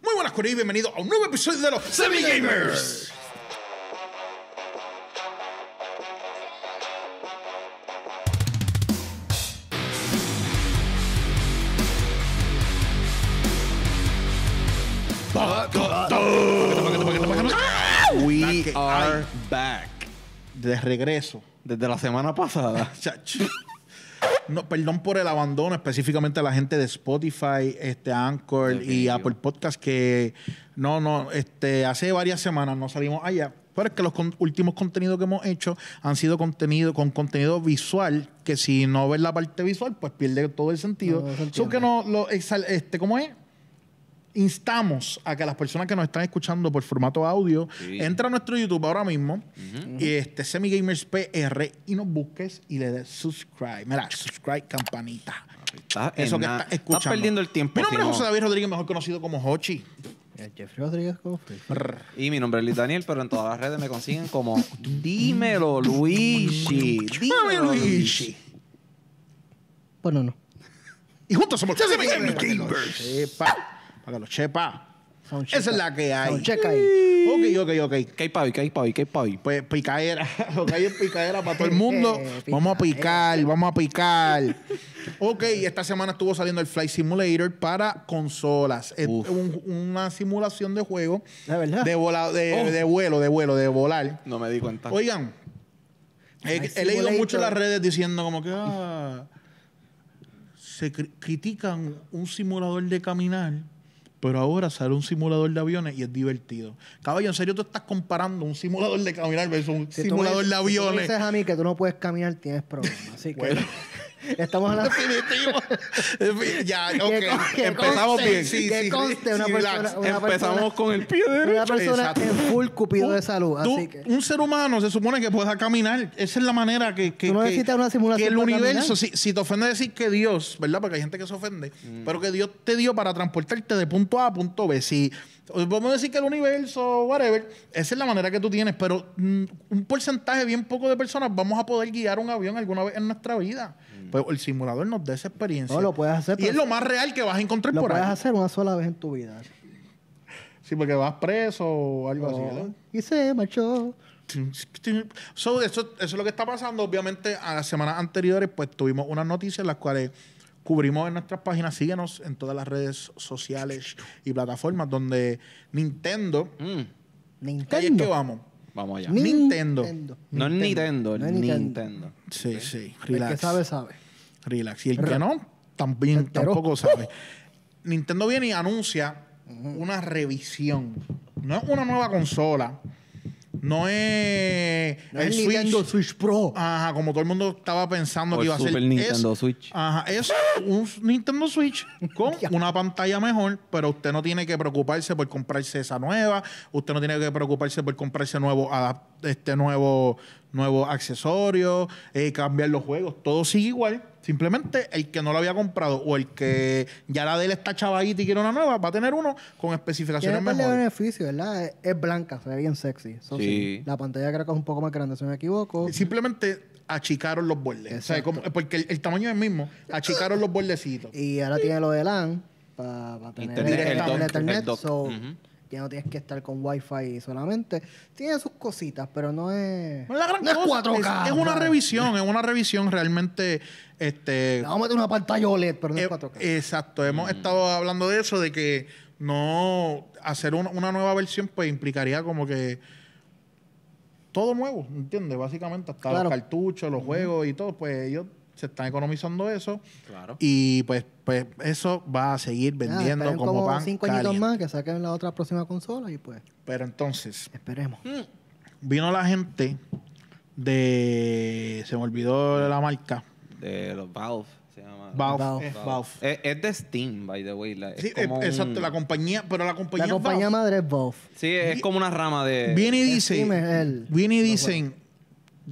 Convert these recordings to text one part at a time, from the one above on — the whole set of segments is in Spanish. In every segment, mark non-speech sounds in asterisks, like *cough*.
Muy buenas, Corea, y bienvenido a un nuevo episodio de los Semi Gamers. We que are hay. back. De regreso. Desde la semana pasada. *laughs* Chacho. No, perdón por el abandono, específicamente a la gente de Spotify, este Anchor y Definitivo. Apple Podcast, que no, no, este, hace varias semanas no salimos allá. Pero es que los con- últimos contenidos que hemos hecho han sido contenido con contenido visual, que si no ves la parte visual, pues pierde todo el sentido. No, no se So que entiende. no, lo, exal- este, ¿cómo es? Instamos a que las personas que nos están escuchando por formato audio Sí. entra a nuestro YouTube ahora mismo, y este Semigamers PR, y nos busques y le des subscribe. Mira, subscribe, campanita. Estás en Eso que na- estás escuchando. Estás perdiendo el tiempo. Mi nombre si es no. José David Rodríguez, mejor conocido como Hochi. El Jeffrey Rodríguez Coffee. Y mi nombre es Luis Daniel, pero en todas las redes me consiguen como Dímelo Luigi. Dímelo Luigi. Bueno, no. Y juntos somos Semigamers. Semigamers. Chepa. Para que lo chepa. Sound Esa check es ahí. la que hay. Sound check ahí. Ok, ok, ok. ¿Qué hay pa' hoy? ¿Qué hay pa' hoy? ¿Qué hay pa' hoy? Pues *laughs* picadera, lo que hay es picadera para todo el mundo. Eh, Vamos a picar, vamos a picar. *laughs* Ok, esta semana estuvo saliendo el Flight Simulator para consolas. Es Uf. un- una simulación de juego La verdad. de, vola- de, Oh. de vuelo, de vuelo, de volar. No me di cuenta. Oigan, he, Flight he leído Simulator. mucho en las redes diciendo como que ah, se cri- critican un simulador de caminar, pero ahora sale un simulador de aviones y es divertido. Caballo, en serio tú estás comparando un simulador de caminar versus un Si tú me- simulador de Si tú me aviones. dices a mí que tú no puedes caminar, tienes problemas. Así que. Estamos hablando. *laughs* Definitivo. *laughs* ya, *laughs* ok. Que con- que Empezamos conste- bien. Sí, que sí, conste una sí, persona- relax. una Empezamos persona- con el pie derecho. Una persona Exacto. en full cupido Tú- de salud. tú- Así que. Un ser humano se supone que pueda caminar. Esa es la manera que. que Tú no que- necesitas una simulación que el para universo, caminar. si, si te ofende decir que Dios, ¿verdad? Porque hay gente que se ofende, pero que Dios te dio para transportarte de punto A a punto B. Si vamos a decir que el universo, whatever, esa es la manera que tú tienes, pero mm, un porcentaje bien poco de personas vamos a poder guiar un avión alguna vez en nuestra vida. Pues el simulador nos da esa experiencia. No, lo puedes hacer, Y es pero- lo más real que vas a encontrar Lo por puedes ahí. hacer una sola vez en tu vida. Sí, porque vas preso o algo así, ¿verdad? Y se marchó. So, eso, eso es lo que está pasando. Obviamente, a las semanas anteriores, pues tuvimos unas noticias las cuales cubrimos en nuestras páginas. Síguenos en todas las redes sociales y plataformas donde Nintendo. Mm, Ahí es que Nintendo. vamos. Vamos allá. Nintendo. No es Nintendo, No es es Nintendo. Nintendo. Sí, sí. El Relax. que sabe, sabe. Relax. Y el que no, también, Entero. tampoco *laughs* sabe. Nintendo viene y anuncia una revisión. No es una nueva consola. No es No es Nintendo Switch Pro. Ajá, como todo el mundo estaba pensando O que el iba a ser. Super Nintendo es, Switch. Ajá, es un Nintendo Switch con una pantalla mejor, pero usted no tiene que preocuparse por comprarse esa nueva, usted no tiene que preocuparse por comprarse nuevo, adap- este nuevo, nuevo accesorio, eh, cambiar los juegos, todo sigue igual. Simplemente el que no lo había comprado o el que ya la de él está chavadita y quiere una nueva, va a tener uno con Tiene especificaciones un par de mejores. beneficios, ¿verdad? Es, es blanca, se ve bien sexy. Eso sí. Sí. La pantalla creo que es un poco más grande, si no me equivoco. Simplemente achicaron los bordes. O sea, Exacto. como- porque el, el tamaño es el mismo, achicaron los bordecitos. Y ahora tiene lo de LAN para tener Internet, el dock, internet, el dock. so, Ujú. Ya no tienes que estar con wifi solamente. Tiene sus cositas, pero no es. No es la gran no cosa. Es 4K. es, es una ¿sabes? revisión, es una revisión realmente. Este, Le vamos a meter una pantalla OLED, pero no eh, es 4K. Exacto. Hemos estado hablando de eso, de que no hacer un- una nueva versión, pues implicaría como que todo nuevo, ¿entiendes? Básicamente, hasta Claro. los cartuchos, los juegos y todo, pues ellos se están economizando eso. Claro. Y pues, pues eso va a seguir Nada, vendiendo esperen como, pan. cinco añitos caliente. más que saquen la otra próxima consola y pues Pero entonces, esperemos. vino la gente de. Se me olvidó la marca. De los Valve se llama. Valve. Valve. es Valve. Es, es de Steam, by the way. la- es Sí, como eh, exacto, un- la compañía, pero la compañía, la compañía Valve madre es Valve. Sí, es como una rama de. viene y es dice, Steam, es el- viene y los dicen,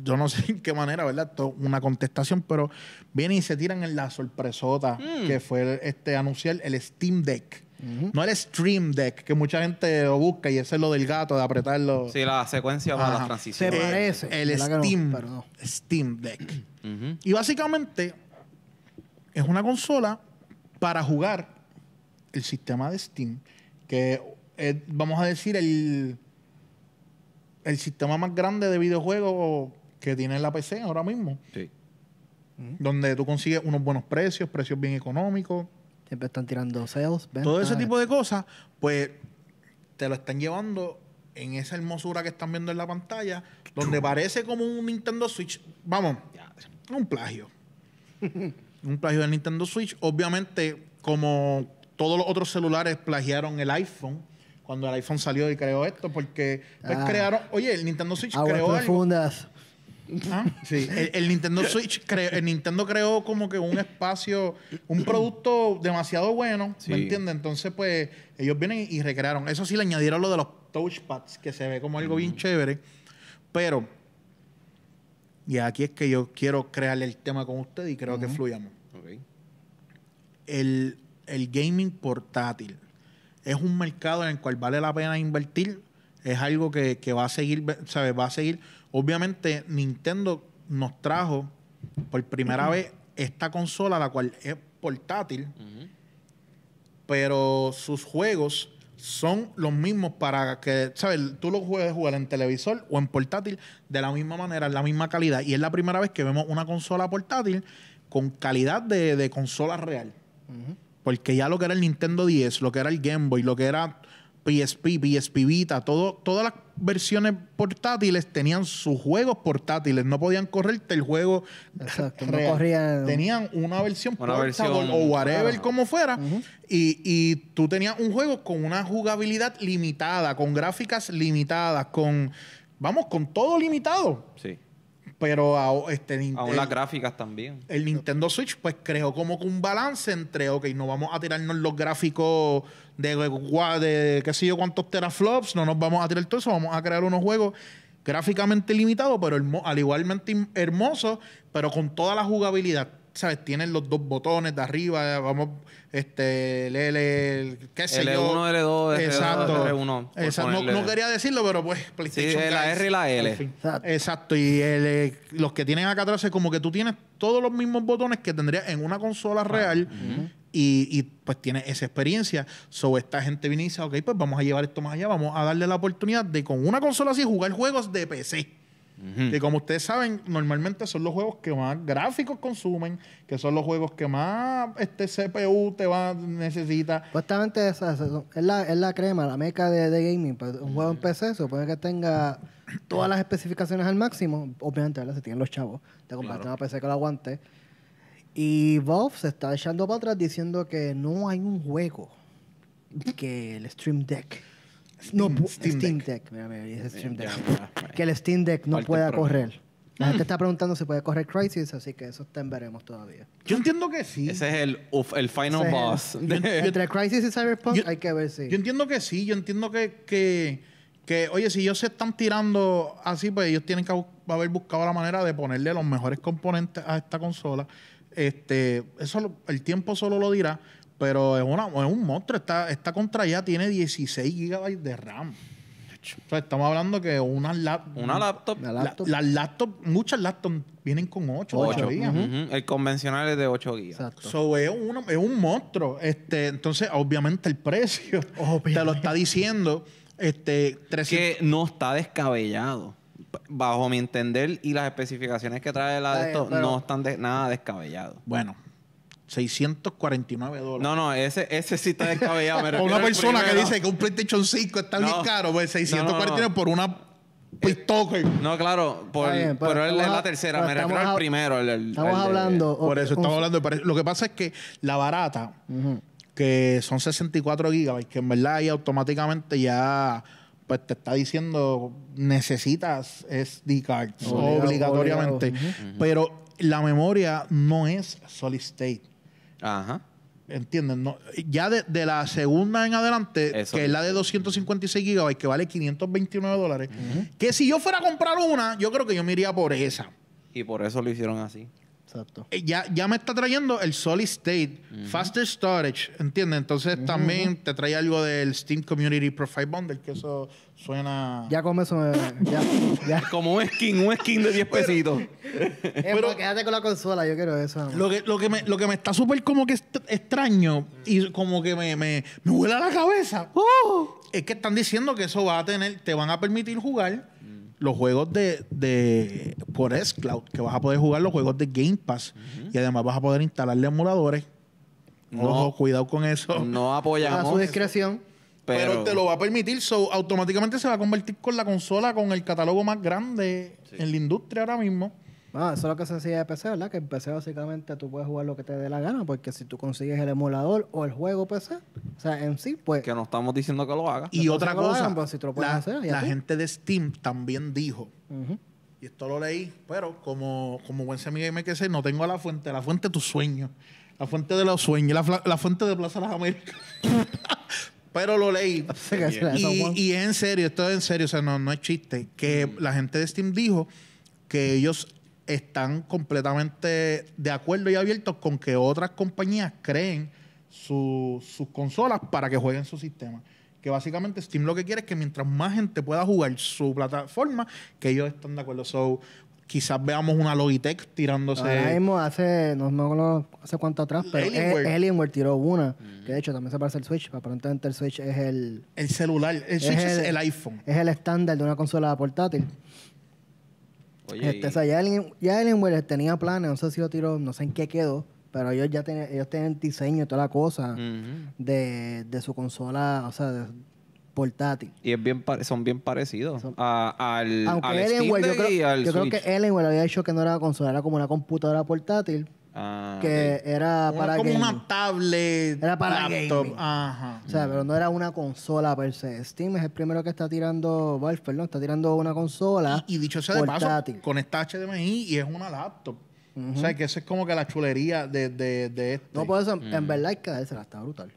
yo no *laughs* sé en qué manera, ¿verdad? Esto es una contestación, pero viene y se tiran en la sorpresota Mm. que fue este anunciar el Steam Deck. No el Stream Deck, que mucha gente lo busca y ese es lo del gato, de apretarlo. Sí, la secuencia Ajá. para las Se transiciones. Eh, parece. El ¿verdad que no? Steam, Pero no. Steam Deck. Ujú. Y básicamente es una consola para jugar el sistema de Steam que es, vamos a decir, el, el sistema más grande de videojuegos que tiene la PC ahora mismo, Sí. donde tú consigues unos buenos precios, precios bien económicos, Siempre están tirando sales. todo ese ventas. tipo de cosas, pues te lo están llevando en esa hermosura que están viendo en la pantalla, donde parece como un Nintendo Switch. Vamos, un plagio. *laughs* un plagio del Nintendo Switch. Obviamente, como todos los otros celulares plagiaron el iPhone, cuando el iPhone salió y creó esto, porque pues, Ah. crearon, oye, el Nintendo Switch Aguas creó algo. profundas. Ah, sí. el, el Nintendo Switch creó, el Nintendo creó como que un espacio, un producto demasiado bueno, Sí. ¿me entiendes? Entonces, pues, ellos vienen y recrearon. Eso sí, le añadieron lo de los touchpads, que se ve como algo bien chévere. Pero, y aquí es que yo quiero crearle el tema con usted y creo que fluyamos. Ok. El, el gaming portátil es un mercado en el cual vale la pena invertir. Es algo que, que va a seguir, ve- ¿sabes? Va a seguir. Obviamente, Nintendo nos trajo por primera vez esta consola, la cual es portátil, Ujú. pero sus juegos son los mismos para que, ¿sabes? Tú los puedes jugar en televisor o en portátil de la misma manera, en la misma calidad. Y es la primera vez que vemos una consola portátil con calidad de, de consola real. Porque ya lo que era el Nintendo 10, lo que era el Game Boy, lo que era PSP, PSP Vita, todo, todas las versiones portátiles tenían sus juegos portátiles. No podían correrte el juego. Exacto, no real. corrían- Tenían una versión Una portable versión- o whatever, Claro. como fuera. y, y tú tenías un juego con una jugabilidad limitada, con gráficas limitadas, con. Vamos, con todo limitado. Sí. Pero a, este, Nin- Aún el- las gráficas también. el Nintendo Switch pues creó como que un balance entre, ok, no vamos a tirarnos los gráficos de, gua- de qué sé yo cuántos teraflops, no nos vamos a tirar todo eso, vamos a crear unos juegos gráficamente limitados, pero hermo- al igualmente im- hermosos, pero con toda la jugabilidad. ¿Sabes? Tienen los dos botones de arriba, eh, vamos, este, el, L, el- qué sé L1, yo. L2, R2, Exacto. R1, por Exacto. No, ponerle- no quería decirlo, pero pues Sí, PlayStation la guys. R y la L. Al fin. Exacto. Exacto, y el, eh, los que tienen acá atrás es como que tú tienes todos los mismos botones que tendrías en una consola real y, y, pues tienes esa experiencia. So, esta gente viene y dice, ok, pues vamos a llevar esto más allá, vamos a darle la oportunidad de con una consola así jugar juegos de PC. Ujú. Que como ustedes saben, normalmente son los juegos que más gráficos consumen, que son los juegos que más este CPU te va necesita. Supuestamente esa- esa- son- Pues es, la, es la crema, la meca de, de gaming. Pues, un juego en PC supone que tenga todas las especificaciones al máximo. Obviamente, ¿verdad? Se tienen los chavos. Te compras una PC que lo aguante. Y Valve se está echando para atrás diciendo que no hay un juego que el Stream Deck. no, Steam- pu- Steam Steam, Deck. Deck. Mira, mira, dice Stream Deck. Ya, ya, ya. que el Steam Deck no Parte pueda del problema. correr. La gente está preguntando si puede correr Crisis, así que eso está en veremos todavía. Yo entiendo que sí. Ese es el, uf, el final Ese es el- *laughs* boss. de- Entre Crisis y Cyberpunk Yo- hay que ver si. Yo entiendo que sí, yo entiendo que, que, que, oye, si ellos se están tirando así, pues ellos tienen que bu- haber buscado la manera de ponerle los mejores componentes a esta consola. Este, eso lo- el tiempo solo lo dirá, pero es, una, es un monstruo. Esta, esta contra ya tiene 16 GB de RAM. O sea, estamos hablando que una lap- una laptop. Una la- laptop. las laptops, muchas laptops vienen con 8, Ocho. GB. Ujú. El convencional es de 8 guías. Exacto. So, es, una- es un monstruo. Este, entonces, obviamente, el precio te lo está diciendo. Este, 300, que no está descabellado. B- Bajo mi entender y las especificaciones que trae la de Está bien, esto, pero- no están de- nada descabellado. bueno, 649 dólares. No, no, ese, ese sí está descabellado. *laughs* me O refiero una al persona que primero. dice que un PlayStation 5 está No. Eh, bien caro, pues 649 No, no, no. por una pistola. No, claro, por, Está bien, pero pero él es estamos la a- tercera, pero me refiero estamos al a- primero. el- el- Estamos el de- hablando. Por ok, eso un- estamos hablando de precio. Lo que pasa es que la barata, oh. Ujú. que son 64 gigabytes, que en verdad ahí automáticamente ya pues te está diciendo necesitas SD card Obligado, obligatoriamente. obligado. Pero la memoria no es solid state. Ajá. ¿Entienden? No, ya de, de la segunda en adelante, Eso. que es la de 256 gigabytes, que vale 529 dólares, que si yo fuera a comprar una, yo creo que yo me iría por esa. Y por eso lo hicieron así. Exacto. Eh, Ya, ya me está trayendo el solid state, faster storage, ¿entiendes? Entonces también te trae algo del Steam Community Profile Bundle, que eso suena... Ya con eso me. Ya. ya. *laughs* Como un skin, un skin de 10 pesitos. Eh, pero quédate con la consola, yo quiero eso. amor. Lo que, lo que me, lo que me está súper como que est- extraño y como que me, me, me vuela la cabeza ¡Oh! es que están diciendo que eso va a tener, te van a permitir jugar Mm. los juegos de, de por xCloud, que vas a poder jugar los juegos de Game Pass y además vas a poder instalarle emuladores. No. Ojo, cuidado con eso. *laughs* No A su apoyamos. discreción. Pero, Pero, te lo va a permitir, so, automáticamente se va a convertir con la consola, con el catálogo más grande en la industria ahora mismo. Ah, eso es lo que se hacía de PC, ¿verdad? Que en PC básicamente tú puedes jugar lo que te dé la gana, porque si tú consigues el emulador o el juego PC, o sea, en sí, pues. que no estamos diciendo que lo haga. Y Entonces, otra no lo cosa, hagan, pues, si te lo pueden la, hacer, ya la tú. gente de Steam también dijo, *laughs* Ujú. *laughs* y esto lo leí, pero como, como buen semigamer que sé, no tengo la fuente, la fuente de tus sueños, la fuente de los sueños, la, fla- la fuente de Plaza de las Américas. *laughs* pero lo leí. Sí, que se la- esa Y, Juan. y es en serio, esto es en serio, o sea, no, no es chiste. Que Mm. la gente de Steam dijo que ellos están completamente de acuerdo y abiertos con que otras compañías creen su- sus consolas para que jueguen su sistema. Que básicamente Steam lo que quiere es que mientras más gente pueda jugar su plataforma, que ellos están de acuerdo. So, quizás veamos una Logitech tirándose. Ahora mismo hace, no me acuerdo hace cuánto atrás, pero e- Alienware. Mm. Alienware, tiró una, que de hecho también se parece al Switch, aparentemente el Switch es el El celular, el Es Switch es el- el iPhone. es el estándar de una consola portátil. Oye, Este, y- o sea, ya, Alien- ya Alienware tenía planes, no sé si lo tiró, no sé en qué quedó, pero ellos ya tienen, ellos tienen diseño y toda la cosa Ujú. de, de su consola, o sea, de portátil. Y es bien pare- son bien parecidos Son- a- al, Aunque al Steam Alienware, yo, Deck y creo, al yo creo Switch. que Alienware había dicho que no era una consola, era como una computadora portátil, Ah, que ok. era Una- para como gaming. una tablet, Era para laptop. gaming. Ajá. O sea, Mm. pero no era una consola per se. Steam es el primero que está tirando, Valve, perdón, está tirando una consola. Y, y dicho sea de portátil. paso, conecta HDMI y es una laptop. O sea, que eso es como que la chulería de, de, de este. No por eso, Mm. en verdad, hay que dársela, está brutal.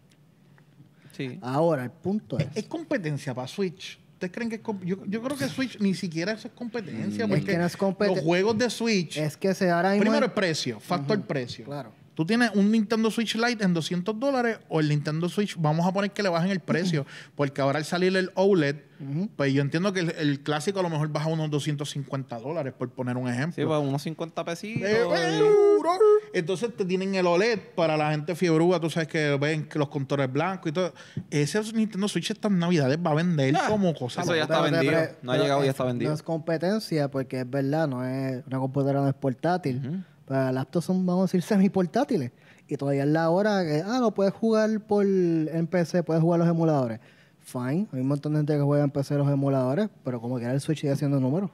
Sí. Ahora, el punto es. es, es competencia para Switch. ¿Ustedes creen que es com- yo, yo creo que Switch ni siquiera eso es competencia. Mm. Porque Es que no es compet- los juegos de Switch, Es que se ahora mismo. primero el precio, factor precio. Claro. Tú tienes un Nintendo Switch Lite en 200 dólares o el Nintendo Switch, vamos a poner que le bajen el precio, porque ahora al salir el OLED, pues yo entiendo que el, el clásico a lo mejor baja unos 250 dólares, por poner un ejemplo. Sí, para unos 50 pesitos. Eh, y- euro. Entonces te tienen el OLED para la gente fiebruga, tú sabes que ven que los controles blancos y todo. Ese Nintendo Switch estas navidades va a vender Ah, como cosas. eso ya locas. está Pero te vendido. pre- No ha pero llegado y ya es- está vendido. No es competencia, porque es verdad, no es una computadora no es portátil. Pero las laptops son, vamos a decir, semiportátiles. Y todavía es la hora que, ah, lo puedes jugar por en PC, puedes jugar los emuladores. Fine, hay un montón de gente que juega en PC los emuladores, pero como que era el Switch sigue haciendo números.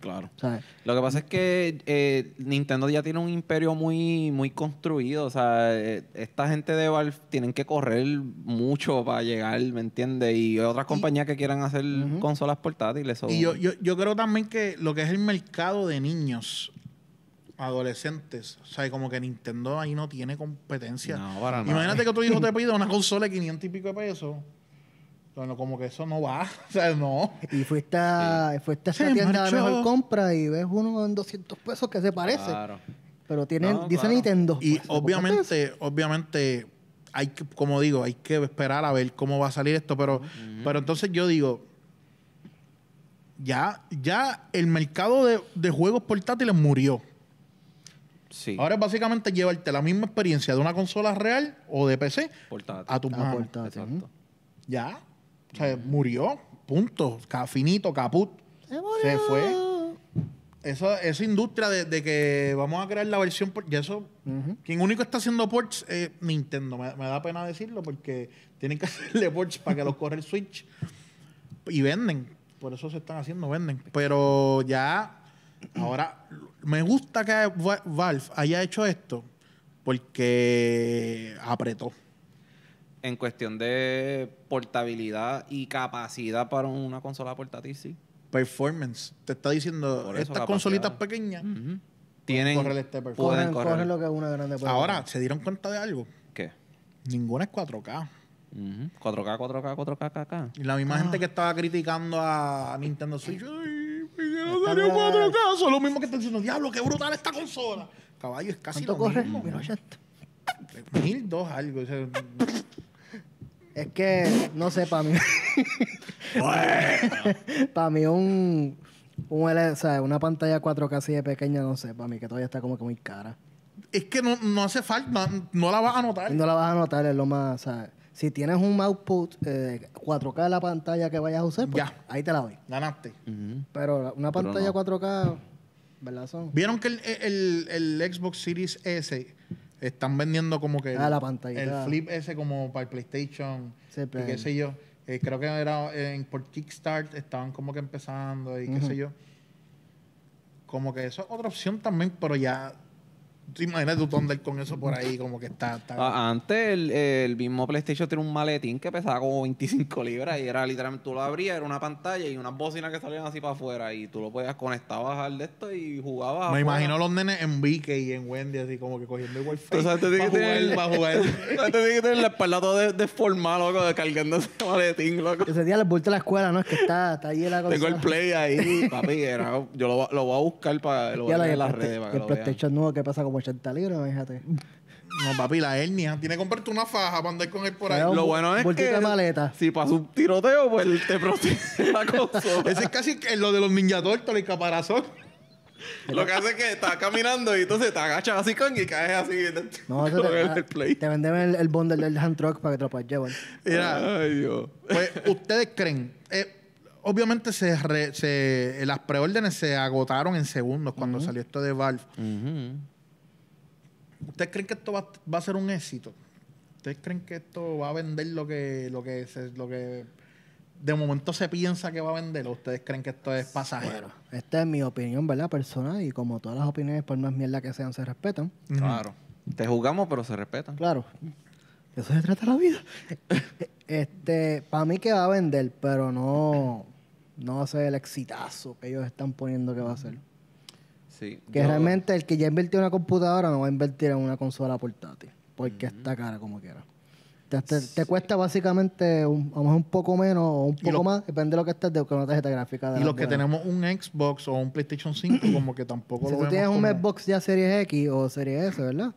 Claro. O sea, Lo que pasa es que eh, Nintendo ya tiene un imperio muy, muy construido. O sea, eh, esta gente de Valve tienen que correr mucho para llegar, ¿me entiendes? Y otras compañías que quieran hacer consolas portátiles. o- Y yo, yo, yo creo también que lo que es el mercado de niños, adolescentes, o sea, como que Nintendo ahí no tiene competencia. No, para nada. Imagínate que tu hijo te pida una consola de 500 y pico de pesos. Bueno, como que eso no va. *laughs* O sea, no. y fuiste a, fuiste a esta Se tienda marchó. de mejor compra y ves uno en 200 pesos que se parece. Claro. Pero tienen, No, dice claro. Nintendo. Y pues, la competencia. obviamente, obviamente, hay que, como digo, hay que esperar a ver cómo va a salir esto. Pero, pero entonces yo digo, ya, ya el mercado de, de juegos portátiles murió. Sí. Ahora es básicamente llevarte la misma experiencia de una consola real o de PC portátil. a tu Ah, mano. portátil. Exacto. Ya. O sea, murió. Punto. Ca- Finito, caput. Se murió. Se fue. Esa, esa industria de, de que vamos a crear la versión por- ya eso Ujú. quien único está haciendo ports es Nintendo me, me da pena decirlo porque tienen que *laughs* hacerle ports para que lo corra el Switch y venden por eso se están haciendo venden pero ya ahora me gusta que Va- Valve haya hecho esto porque apretó En cuestión de portabilidad y capacidad para una consola portátil, sí. performance te está diciendo Por eso Mm. estas capacidad. consolitas pequeñas Tienen. correr este performance. pueden Corren, correr. corren lo que es una grande puede ahora correr. se dieron cuenta de algo ¿Qué? ninguna es 4K Ujú. 4K, 4K, 4K, KK. Y la misma gente que estaba criticando a Nintendo Switch. Ay, ¿por qué no Ah. Eh, Está salió brutal. 4K? Son los mismos que están diciendo, diablo, qué brutal esta consola. caballos es casi ¿Cuánto lo corre? mismo. 1080. Mil dos algo. o *laughs* sea, Es que, no sé, para mí. *laughs* para mí, un. un L- o sea, una pantalla 4K así de pequeña, no sé, para mí, que todavía está como que muy cara. es que no, no hace falta, no, no la vas a notar. Y no la vas a notar, es lo más. O sea, si tienes un output eh, 4K de la pantalla que vayas a usar, pues, Ya. ahí te la doy. Ganaste. Ujú. Pero la- una Pero pantalla no. 4K, ¿verdad? Son. ¿Vieron que el, el- el Xbox Series S están vendiendo como que el, Ah, la pantallita. el flip ese como para el PlayStation y Sí, pues. pero- qué sé yo? Eh, creo que era en- por Kickstart estaban como que empezando y qué Ujú. sé yo. Como que eso es otra opción también, pero ya... Tú imagínate tu Thunder con eso por ahí, como que está... está- A- Ah, Antes el, el mismo PlayStation tenía un maletín que pesaba como 25 libras y era literalmente, tú lo abrías, era una pantalla y unas bocinas que salían así para afuera y tú lo podías conectabas al de esto y jugabas. Me afuera. imagino *laughs* los nenes en BK y en Wendy así como que cogiendo el wifi Tú *laughs* sabes, tú para tienes que tener- jugar, para jugar. Tú tienes que tener la espalda toda de- deformada, loco, de cargando ese maletín, loco. Ese día les vuelta a la escuela, ¿no? Es que está, está ahí en la Tengo el consola. play *laughs* ahí, papi. era- yo lo, lo voy a buscar para lo voy Ya a la- poner en las el Play- redes para que el lo vean. PlayStation nuevo que pasa como 80 *laughs* libras, fíjate. No, papi, la hernia. Tiene que comprarte una faja para andar con él por ahí. Claro. Lo bueno es Bultito que de maleta. si pasa un tiroteo, pues te protege la *laughs* consola. Ese es casi que lo de los Ninja Turtles y Caparazón. Lo que hace es que estás caminando y entonces te agachas así con y caes así. de- No, *laughs* eso con te, el, ah, play. te venden el, el bundle del hand truck para que te lo puedas llevar. Mira, Ay, Dios. pues, ¿ustedes creen? eh, obviamente se, re- se- las preórdenes se agotaron en segundos cuando salió esto de Valve. ¿Ustedes creen que esto va, va a ser un éxito? ¿Ustedes creen que esto va a vender lo que, lo que se- lo que de momento se piensa que va a vender? ¿O ustedes creen que esto es pasajero? Esta es mi opinión, ¿verdad? Personal. Y como todas las opiniones, por más mierda que sean, se respetan. Ujú. Claro. Te jugamos, pero se respetan. Claro. De eso se trata la vida. *laughs* este, para mí que va a vender, pero no, no va a ser el exitazo que ellos están poniendo que va a ser. Sí. Que yo- realmente el que ya invirtió en una computadora no va a invertir en una consola portátil. Porque está cara como quiera. Te, te- te cuesta básicamente un, a lo mejor un poco menos o un Y poco lo- más, depende de lo que estés de con una tarjeta gráfica. de Y las los que buenas. tenemos un Xbox o un PlayStation *clears throat* 5, como que tampoco Si lo tú vemos. tienes un como- Xbox ya Series X o Series S, ¿verdad?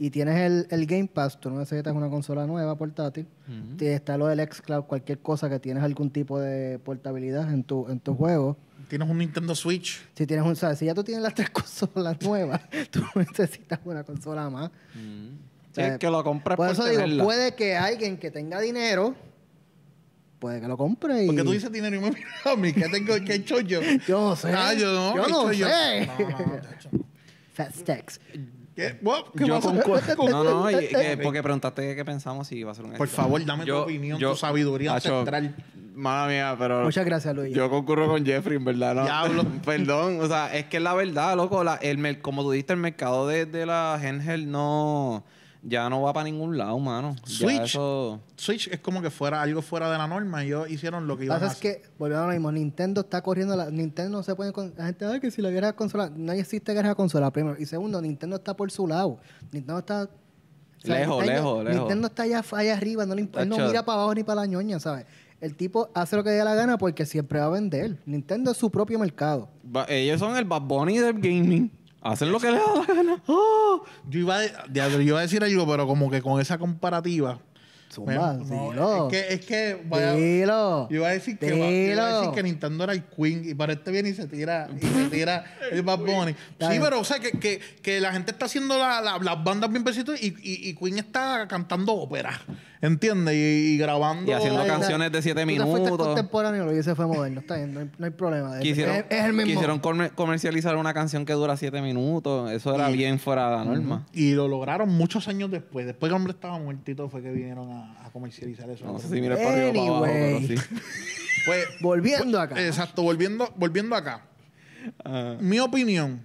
Y tienes el, el Game Pass, tú no necesitas una consola nueva portátil. Ujú. Te- Está lo del xCloud, cualquier cosa que tienes algún tipo de portabilidad en tu, en tu juego. Tienes un Nintendo Switch. Si tienes un, ¿sabes? si ya tú tienes las *laughs* tres consolas nuevas, *laughs* tú necesitas una consola más. Ujú. O Sí, sea, es que lo compras Por por eso digo, tenerla. puede que alguien que tenga dinero, puede que lo compre y... Porque tú dices dinero *laughs* y me miras a mí, ¿qué tengo que he hecho yo? Yo no sé. Ah, yo no, Yo ¿qué no he hecho sé. *laughs* No, no, no, tacho. Fast Text. ¿Qué? Wow, ¿qué Yo pasó? concuerdo. No, no, y- que- porque preguntaste qué pensamos si iba a ser un Eh, Por éxito. favor, dame tu opinión, tu sabiduría Acho, ancestral. Mala mía, pero. Muchas gracias, Luis. Yo concurro con Jeffrey, en verdad. ¿no? Diablo. *laughs* Perdón, o sea, es que la verdad, loco, la- el, mer- como tú dijiste, el mercado de, de la Hengel no. Ya no va para ningún lado, mano. Ya Switch. eso- Switch es como que fuera algo fuera de la norma. Ellos hicieron lo que Lo que iban a pasa es hacer. que, volvemos a lo mismo, Nintendo está corriendo, la, Nintendo no se puede, con- la gente, ay, que si la guerra de consola, no existe guerra de consola, primero, y segundo, Nintendo está por su lado, Nintendo está... o sea, Lejos, Nintendo, lejos, lejos. Nintendo está allá, allá arriba, no, le imp- él no Tacho. mira para abajo ni para la ñoña, ¿sabes? El tipo hace lo que le dé la gana porque siempre va a vender. Nintendo es su propio mercado. va- ellos son el Bad Bunny del gaming. Hacen lo que les da la gana. ¡Oh! Yo iba, de- de- yo iba a decir algo, pero como que con esa comparativa. Zumba, me- no, dilo. es que, es que vaya- dilo. yo iba a decir que, va- yo iba a decir Dilo. que Nintendo era el Queen y para este viene y se tira, y *laughs* se tira el Bad Bunny. Está Sí, bien. pero o sea que, que, que la gente está haciendo la- la- las bandas bien besitos y, y, y Queen está cantando ópera, ¿entiendes? Y, y grabando. Y haciendo Ay, canciones de siete Tú te fuiste minutos. contemporáneo, lo hice fue moderno, está bien, no hay, no hay problema. Quisieron, es, es el mismo. quisieron comer- comercializar una canción que dura siete minutos. Eso era Y- bien fuera de la norma. Y lo lograron muchos años después. Después que el hombre estaba muertito fue que vinieron a, a comercializar eso. No sé si mira el partido para abajo, Anyway. pero sí. Pues, Volviendo acá. exacto, volviendo, volviendo acá. Ah. Mi opinión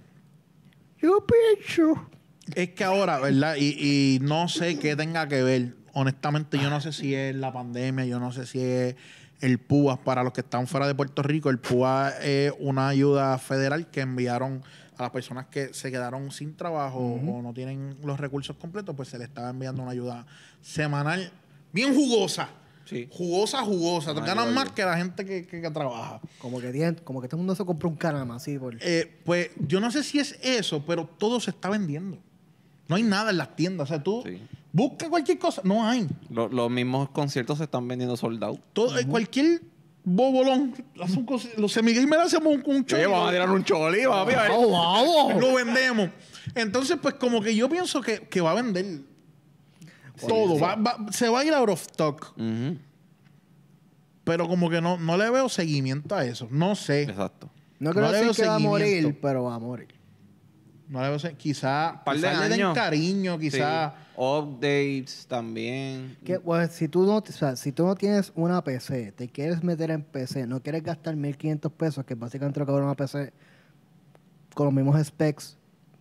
Yo pienso. es que ahora, ¿verdad? Y, y no sé qué tenga que ver. Honestamente, yo no sé si es la pandemia, yo no sé si es el PUA. Para los que están fuera de Puerto Rico, el PUA es una ayuda federal que enviaron a las personas que se quedaron sin trabajo o no tienen los recursos completos, pues se les estaba enviando una ayuda semanal bien jugosa. *laughs* Sí. jugosa, jugosa. Te Ah, ganan yo- más que la gente que, que- que trabaja. Como que, tienen- como que todo el mundo se compró un canama así por... Eh, pues yo no sé si es eso, pero todo se está vendiendo. No hay nada en las tiendas. O sea, tú Sí. busca cualquier cosa. No hay. Lo- los mismos conciertos se están vendiendo sold out. Todo, eh, Cualquier bobolón. hace un conci- los semiguimer hacemos un, un show. tirar un choli, papi. ¡Wow, wow! lo vendemos. Entonces, pues como que yo pienso que, que va a vender todo. Va- va- se va a ir out of stock. Pero como que no, no le veo seguimiento a eso. No sé. Exacto. No quiero No le decir veo que va a morir, seguimiento. pero va a morir. No le veo se- Quizá, Par de quizá le den años. cariño, quizá. Sí. Updates también. Que, pues, si, tú no, o sea, si tú no tienes una PC, te quieres meter en PC, no quieres gastar 1.500 pesos, que es básicamente lo que vale una PC, con los mismos specs,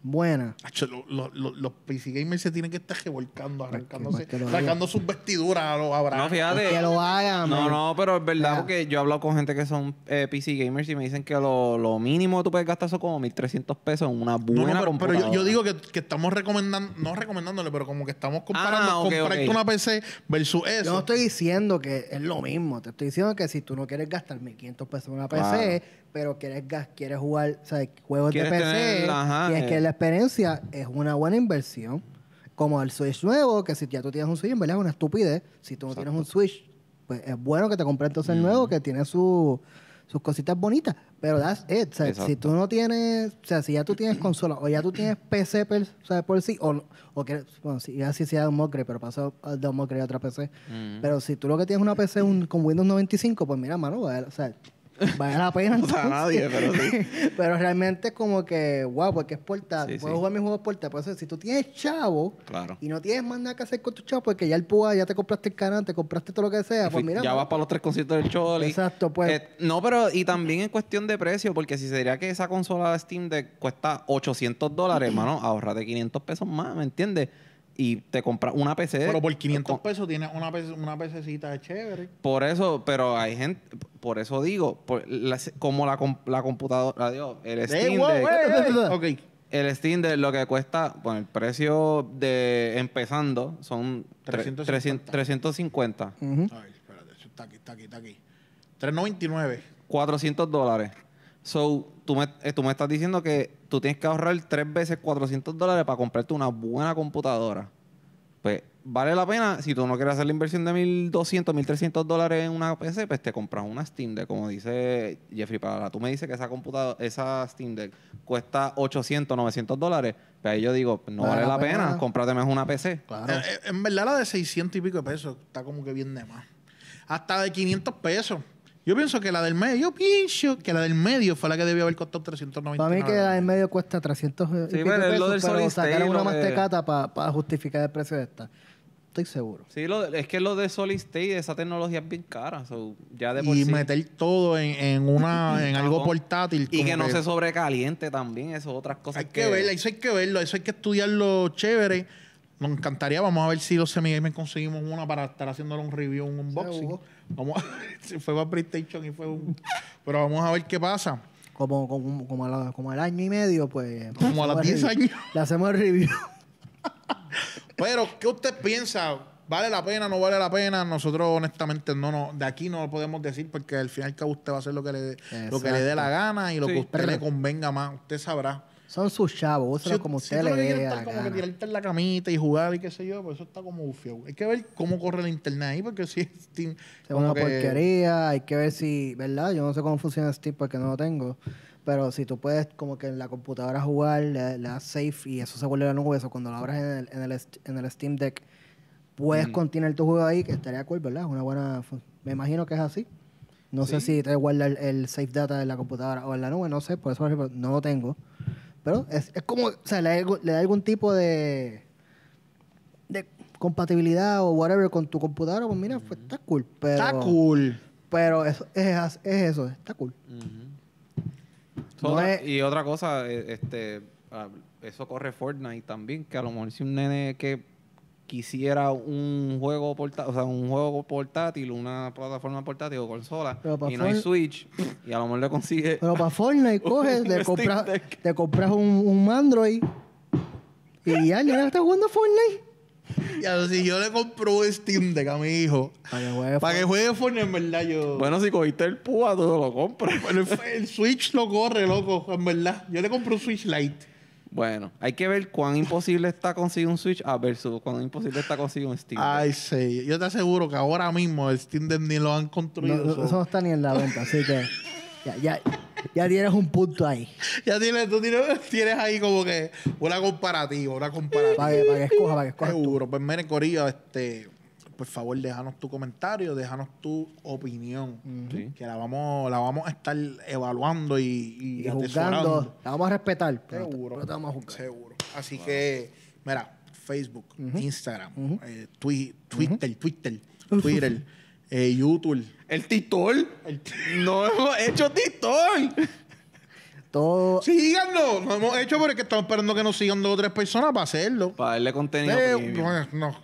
buena. Acho, lo- lo- lo- los PC gamers se tienen que estar revolcando, arrancándose, más que lo hagan. sacando sus vestiduras a los abrazos. No, fíjate. pues Que lo hagan. No, man. no, pero es verdad Ya. porque yo he hablado con gente que son eh, PC gamers y me dicen que lo, lo mínimo tú puedes gastar son como 1.300 pesos en una No, no, buena pero, pero computadora. yo, yo digo que, que estamos recomendando, no recomendándole, pero como que estamos comparando Ah, ok, comprarte ok. una PC versus eso. Yo no estoy diciendo que es lo mismo. Te estoy diciendo que si tú no quieres gastar 1.500 pesos en una PC, Claro. pero quieres, gas- quieres jugar o sea, juegos de Quieres PC, tener, ajá, y es eh. que la experiencia es una buena inversión. Como el Switch nuevo, que si ya tú tienes un Switch, en verdad es una estupidez. Si tú no tienes un Switch, pues es bueno que te compres entonces el Mm. nuevo, que tiene su- sus cositas bonitas. Pero that's it. O sea, Exacto. si tú no tienes, o sea, si ya *clears throat* tú tienes consola, o ya tú tienes PC per, o sea, por sí, o, o que, bueno, si, ya sí sea un upgrade, pero pasó de un upgrade a otra PC. Mm. Pero si tú lo que tienes es una PC un- con Windows 95, pues mira, mano, vale, o sea, vale *laughs* la pena. O sea, nadie, pero sí. *laughs* Pero realmente es como que, wow, porque es portátil. Sí, Puedes sí. jugar mis juegos portátiles. Por eso, si tú tienes chavo Claro. y no tienes más nada que hacer con tu chavo, porque ya el PUA, ya te compraste el canal, te compraste todo lo que sea, Y fui- pues mira. ya mano, vas para los tres conciertos del Choli. Exacto, pues. Eh, no, pero y también en cuestión de precio, porque si sería que esa consola de Steam Deck cuesta 800 dólares, hermano, ahorrate 500 pesos más, ¿me entiendes? Y te compras una PC. Pero por 500 con- pesos tienes una, pez- una pececita chévere. Por eso, pero hay gente, por eso digo, por la- como la, com- la computadora, digo, el Steam Ey, wow, ey, Deck. ey. Ok. eh, *laughs* Ok. El Steam Deck lo que cuesta, bueno, el precio de empezando son tre- 350. 300 350, ujú. A ver, espérate, eso está aquí, está aquí, está aquí. 3.99. 400 dólares. So, tú me, eh, tú me estás diciendo que tú tienes que ahorrar tres veces 400 dólares para comprarte una buena computadora. Pues vale la pena, si tú no quieres hacer la inversión de 1.200, 1.300 dólares en una PC, pues te compras una Steam Deck, como dice Jeffrey Parada. Tú me dices que esa computadora, esa Steam Deck cuesta 800, 900 dólares. Pues ahí yo digo, no vale, la pena, cómprate mejor una PC. Claro. Eh, eh, en verdad la de 600 y pico de pesos está como que bien de más. Hasta de 500 pesos. Yo pienso que la del medio, yo pienso que la del medio fue la que debió haber costado 399. Para mí que la en medio cuesta 300 y Sí, pico pero es lo del pesos, pero Solid State, sacaron una lo de- mastecata para justificar el precio de esta. Estoy seguro. Sí, lo de- es que lo de Solid State, esa tecnología es bien cara. so, ya Ah, de por y sí. meter todo en, en *laughs* una en algo Ajá. portátil. Y como que no se sobrecaliente también, eso, otras cosas. Hay que verlo, eso hay que verlo, eso hay que estudiarlo chévere. Nos encantaría, vamos a ver si los semigamers conseguimos una para estar haciéndole un review, un unboxing. Seguro. Vamos a- *laughs* si fue para PlayStation y fue un... Pero vamos a ver qué pasa. Como, como, como, a la- como al año y medio, pues. Como a los hacemos 10 el review. años. Le hacemos el review. *laughs* Pero, ¿qué usted piensa? ¿Vale la pena? ¿No vale la pena? Nosotros, honestamente, no, no, de aquí no lo podemos decir porque al final que usted va a hacer lo que le, lo que le dé la gana y lo Sí. que a usted le convenga más. Usted sabrá. Son sus chavos, úsalo como tú usted lo le que quieres dé estar la como que gana. tirarte en la camita y jugar y qué sé yo, pues eso está como bufiado. Hay que ver cómo corre el internet ahí porque si es team- Es como una que- porquería, hay que ver si, ¿verdad? Yo no sé cómo funciona Steam porque no lo tengo. Pero si tú puedes como que en la computadora jugar, le, le das safe y eso se vuelve la nube, eso cuando lo abras en el, en el, est- en el Steam Deck, puedes contener tu juego ahí, que estaría cool, ¿verdad? Es una buena... fun- Me imagino que es así. No sé si te guarda el, el safe data en la computadora o en la nube, no sé, por eso por ejemplo, no lo tengo. Pero es, es como, o sea, le da algo- le da algún tipo de de compatibilidad o whatever con tu computadora, pues mira, pues, está cool. Pero, Está cool. Pero eso, es, es eso, está cool. No es- Y otra cosa, eh, este, ah, eso corre Fortnite también, que a lo mejor si un nene que quisiera un juego portátil, o sea, un juego portátil, una plataforma portátil o consola, Pero para y no hay Fortnite- Switch, y a lo mejor le consigue. *laughs* Pero para Fortnite coges, Steam te compras, este Deck. te compras un, un Android y ya, ya está jugando a Fortnite. Ya, si yo le compro un Steam Deck a mi hijo, Para que juegue para que juegue Fortnite, en verdad, yo. Bueno, si cogiste el púa, tú lo compras. Bueno, el, el Switch lo corre, loco, en verdad. Yo le compro un Switch Lite. Bueno, hay que ver cuán imposible está conseguir un Switch a versus cuán imposible está conseguir un Steam. Deck. Ay, sí. Yo te aseguro que ahora mismo el Steam Deck ni lo han No, construido. no, so- eso no está ni en la venta, así que ya, ya, ya tienes un punto ahí. Ya tienes, tú tienes, *laughs* tienes ahí como que una comparativa, una comparativa. Para que, para que escoja, para que escoja. Seguro. Pues miren, Corillo, este, por favor, déjanos tu comentario, déjanos tu opinión. Sí. Que la vamos, la vamos a estar evaluando y, y Y atesorando. juzgando, la vamos a respetar. Pero, Seguro. pero te vamos a juzgar. Seguro. Así que, mira, Facebook, Instagram, eh, Twi- Twitter, Twitter, Twitter, eh, YouTube. El titol. El t- No hemos hecho titol. Todo, Síganos, lo hemos hecho porque estamos esperando que nos sigan dos o tres personas para hacerlo. Para darle contenido. Eh, premium. no, no.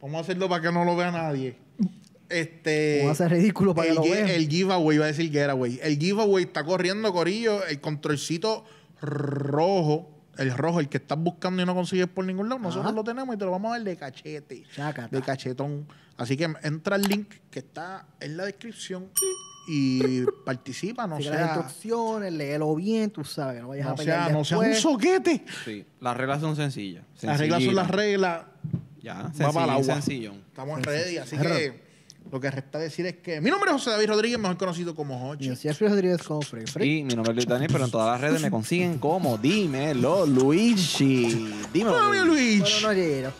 Vamos a hacerlo para que no lo vea nadie. Este. Vamos a hacer ridículo para que el, lo gi- vean. el giveaway, iba a decir getaway. El giveaway está corriendo, Corillo. El controlcito rojo, el rojo, el que estás buscando y no consigues por ningún lado, nosotros Ajá. lo tenemos y te lo vamos a dar de cachete. Chácata. De cachetón. Así que entra el link que está en la descripción y participa, no sigue las sea, instrucciones, léelo bien, tú sabes, que no vayas no a pelear sea, no sea un después. soquete. Sí, las reglas son sencillas. Las reglas son las reglas. Ya, Va para el sencillo, agua. sencillo. Estamos ready, así que lo que resta decir es que mi nombre es José David Rodríguez, mejor conocido como Y Hochi. así es Luis Rodríguez con Free Free. Y mi nombre es Luis Daniel, pero en todas las redes me consiguen como Dímelo Luigi. Dímelo Fabio Luigi. Luis. Bueno, no lleguero.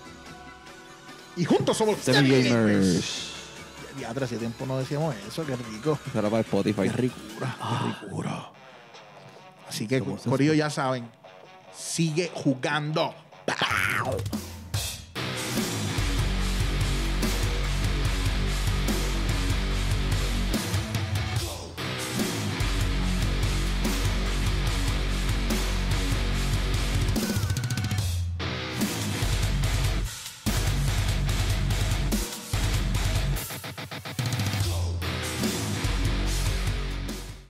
Y juntos somos los Semi Gamers. Gamers. Diatra, hace tiempo no decíamos eso, qué rico. Será para Spotify. Qué ricura, qué ricura. Así que, Corillo, ya saben, sigue jugando. ¡Pow!